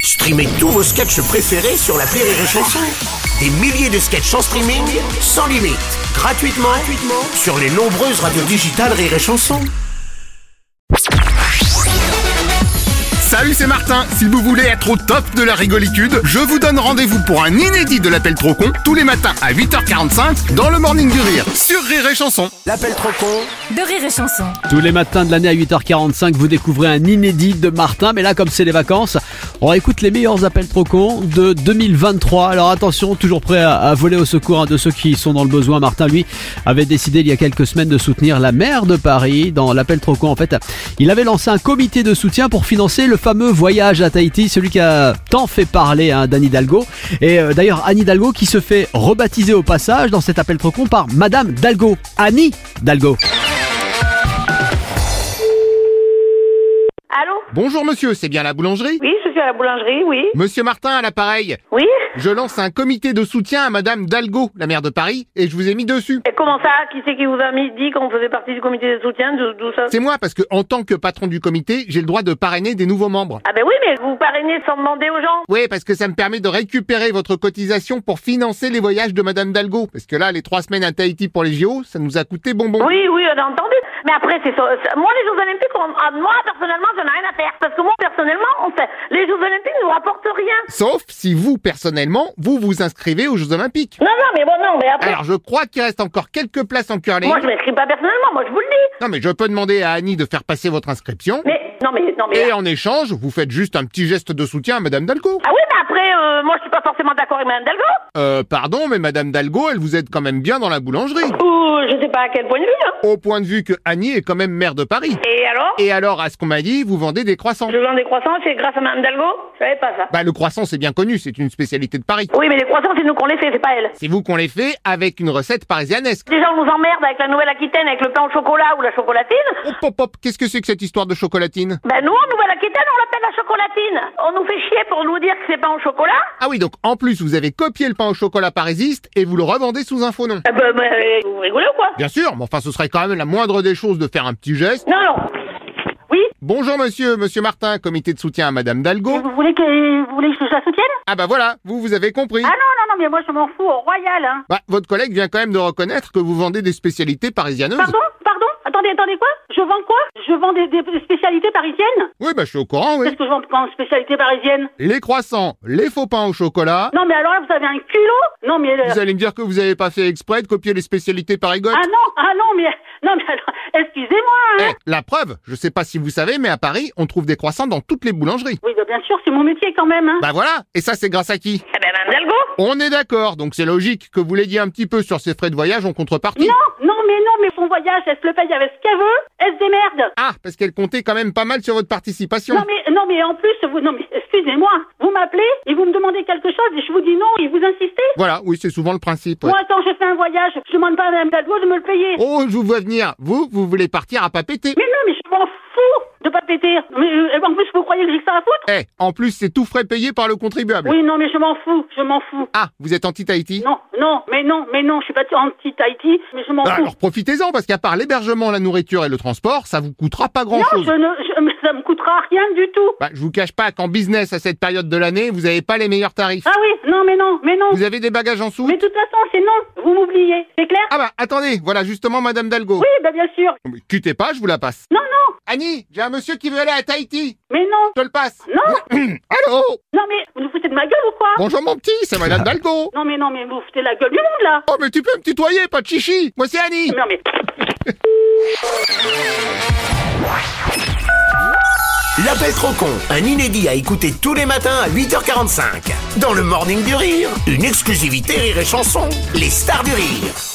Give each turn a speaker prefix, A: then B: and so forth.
A: Streamez tous vos sketchs préférés sur la Rire et Chanson. Des milliers de sketchs en streaming, sans limite, gratuitement, gratuitement sur les nombreuses radios digitales Rire et Chanson.
B: Salut, c'est Martin. Si vous voulez être au top de la rigolitude, je vous donne rendez-vous pour un inédit de l'appel trop con tous les matins à 8h45 dans le Morning du Rire sur Rire et Chanson.
A: L'appel trop con
C: de rire et chanson.
D: Tous les matins de l'année à 8h45, vous découvrez un inédit de Martin. Mais là, comme c'est les vacances, on écoute les meilleurs appels trop cons de 2023. Alors attention, toujours prêt à, à voler au secours hein, de ceux qui sont dans le besoin. Martin, lui, avait décidé il y a quelques semaines de soutenir la maire de Paris dans l'appel trop con. En fait, il avait lancé un comité de soutien pour financer le fameux voyage à Tahiti, celui qui a tant fait parler hein, d'Anne Hidalgo. Et euh, d'ailleurs, Anne Hidalgo qui se fait rebaptiser au passage dans cet appel trop con par Madame Dalgo. Annie Dalgo.
E: Allô
B: Bonjour monsieur, c'est bien la boulangerie
E: Oui, je suis à la boulangerie, oui.
B: Monsieur Martin à l'appareil.
E: Oui
B: Je lance un comité de soutien à madame Dalgo, la maire de Paris, et je vous ai mis dessus.
E: Et comment ça Qui c'est qui vous a mis, dit qu'on faisait partie du comité de soutien D'où d'où ça
B: C'est moi parce que en tant que patron du comité, j'ai le droit de parrainer des nouveaux membres.
E: Ah ben oui, mais vous parrainez sans demander aux gens.
B: Oui, parce que ça me permet de récupérer votre cotisation pour financer les voyages de madame Dalgo. Parce que là, les trois semaines à Tahiti pour les JO, ça nous a coûté bonbon.
E: Oui, oui, on a entendu. Mais après, c'est ça. ça- Moi, les Jeux Olympiques, on- ah, moi, personnellement, j'en ai rien à faire. Parce que moi, personnellement, on fait, les Jeux Olympiques ne nous rapportent rien.
B: Sauf si vous, personnellement, vous vous inscrivez aux Jeux Olympiques.
E: Non, non, mais bon, non, mais après...
B: Alors je crois qu'il reste encore quelques places en curling.
E: Moi, je m'inscris pas personnellement, moi, je vous le dis.
B: Non mais je peux demander à Annie de faire passer votre inscription.
E: Mais, non, mais, non, mais...
B: Et en échange, vous faites juste un petit geste de soutien à Madame Dalgo.
E: Ah oui, mais après, euh, moi, je suis pas forcément d'accord avec Mme Dalgo.
B: Euh, pardon, mais Madame Dalgo, elle vous aide quand même bien dans la boulangerie.
E: Ou, je sais pas à quel point de vue, hein.
B: Au point de vue que Annie est quand même maire de Paris.
E: Et alors
B: Et alors, à ce qu'on m'a dit, vous vendez des croissants.
E: Je vends des croissants, c'est grâce à Mme Dalgo Je savais pas ça.
B: Bah le croissant, c'est bien connu, c'est une spécialité de Paris.
E: Oui, mais les croissants, c'est nous qu'on les fait, c'est pas elle.
B: C'est vous qu'on les fait avec une recette parisianesque.
E: Déjà, on nous emmerde avec la Nouvelle-Aquitaine, avec le pain au chocolat ou la chocolatine.
B: Hop hop hop, Oh, qu'est-ce que c'est que cette histoire de chocolatine
E: Ben, nous, en Nouvelle-Aquitaine, on l'appelle la chocolatine. On nous fait chier pour nous dire que c'est pain au chocolat.
B: Ah oui, donc en plus, vous avez copié le pain au chocolat parisiste et vous le revendez sous un faux nom.
E: Eh ben, ben, euh, vous rigolez ou quoi
B: Bien sûr, mais enfin, ce serait quand même la moindre des choses de faire un petit geste.
E: Non, non. Oui
B: Bonjour monsieur, monsieur Martin, comité de soutien à Madame Dalgo.
E: Vous voulez que, vous voulez que je la soutienne
B: Ah bah voilà, vous, vous avez compris.
E: Ah non, non, non, mais moi, je m'en fous au royal, hein.
B: Bah, votre collègue vient quand même de reconnaître que vous vendez des spécialités parisianeuses.
F: Pardon Pardon Attendez, attendez quoi Je vends quoi Je vends des, des spécialités parisiennes
B: Oui, bah je suis au courant, oui.
F: Qu'est-ce que je vends en spécialité parisienne
B: Les croissants, les faux pains au chocolat.
F: Non mais alors là, vous avez un culot Non mais... euh,
B: Vous allez me dire que vous avez pas fait exprès de copier les spécialités parigotes
F: Ah non, ah non mais... Non mais alors, excusez-moi hein.
B: Eh, la preuve, je sais pas si vous savez, mais à Paris, on trouve des croissants dans toutes les boulangeries.
F: Oui, bah, bien sûr, c'est mon métier quand même hein.
B: Bah voilà, et ça c'est grâce à qui
E: Eh ben, Mme Dalgo
B: On est d'accord, donc c'est logique que vous l'aidiez un petit peu sur ces frais de voyage en contrepartie.
F: Non, non mais non, mais son voyage, elle se le paye avec ce qu'elle veut, elle se démerde
B: Ah, parce qu'elle comptait quand même pas mal sur votre participation.
F: non mais, non mais en plus, vous, non mais excusez-moi, vous m'appelez et vous me demandez quelque chose et je vous dis non et vous insistez
B: Voilà, oui, c'est souvent le principe. ouais.
F: Moi quand je fais un voyage, je demande pas à Mme Dalgo de me le payer
B: Oh, je vous vois venir. Vous, vous voulez partir à pas péter.
F: Mais non mais je m'en fous de pas péter mais, euh, En plus, vous croyez que j'ai que ça à foutre
B: Eh, en plus, c'est tout frais payé par le contribuable.
F: Oui, non, mais je m'en fous, je m'en fous.
B: Ah, vous êtes anti-Tahiti
F: Non, non, mais non, mais non, je suis pas anti-Tahiti, mais je m'en
B: Bah,
F: fous.
B: Alors profitez-en, parce qu'à part l'hébergement, la nourriture et le transport, ça vous coûtera pas
F: non,
B: grand-chose.
F: je ne, je- mais ça me coûtera rien du tout.
B: Bah, je vous cache pas qu'en business, à cette période de l'année, vous avez pas les meilleurs tarifs.
F: Ah oui, non, mais non, mais non.
B: Vous avez des bagages en soute
F: Mais de toute façon, c'est non, vous m'oubliez, c'est clair
B: Ah bah, attendez, voilà justement Madame Dalgo.
F: Oui, bah bien sûr.
B: Mais quittez pas, je vous la passe.
F: Non, non,
B: Annie, j'ai un monsieur qui veut aller à Tahiti.
F: mais non,
B: Je le passe.
F: non,
B: Allô
F: non, mais vous nous foutez de ma gueule ou quoi
B: Bonjour mon petit, c'est Madame Dalgo.
F: Non, mais non, mais vous vous foutez de la gueule du monde, là
B: Oh, mais tu peux me tutoyer, pas de chichi. Moi, c'est Annie.
F: Non, mais...
A: L'appel trop con, un inédit à écouter tous les matins à 8h45. Dans le Morning du Rire, une exclusivité Rire et Chanson, les stars du rire.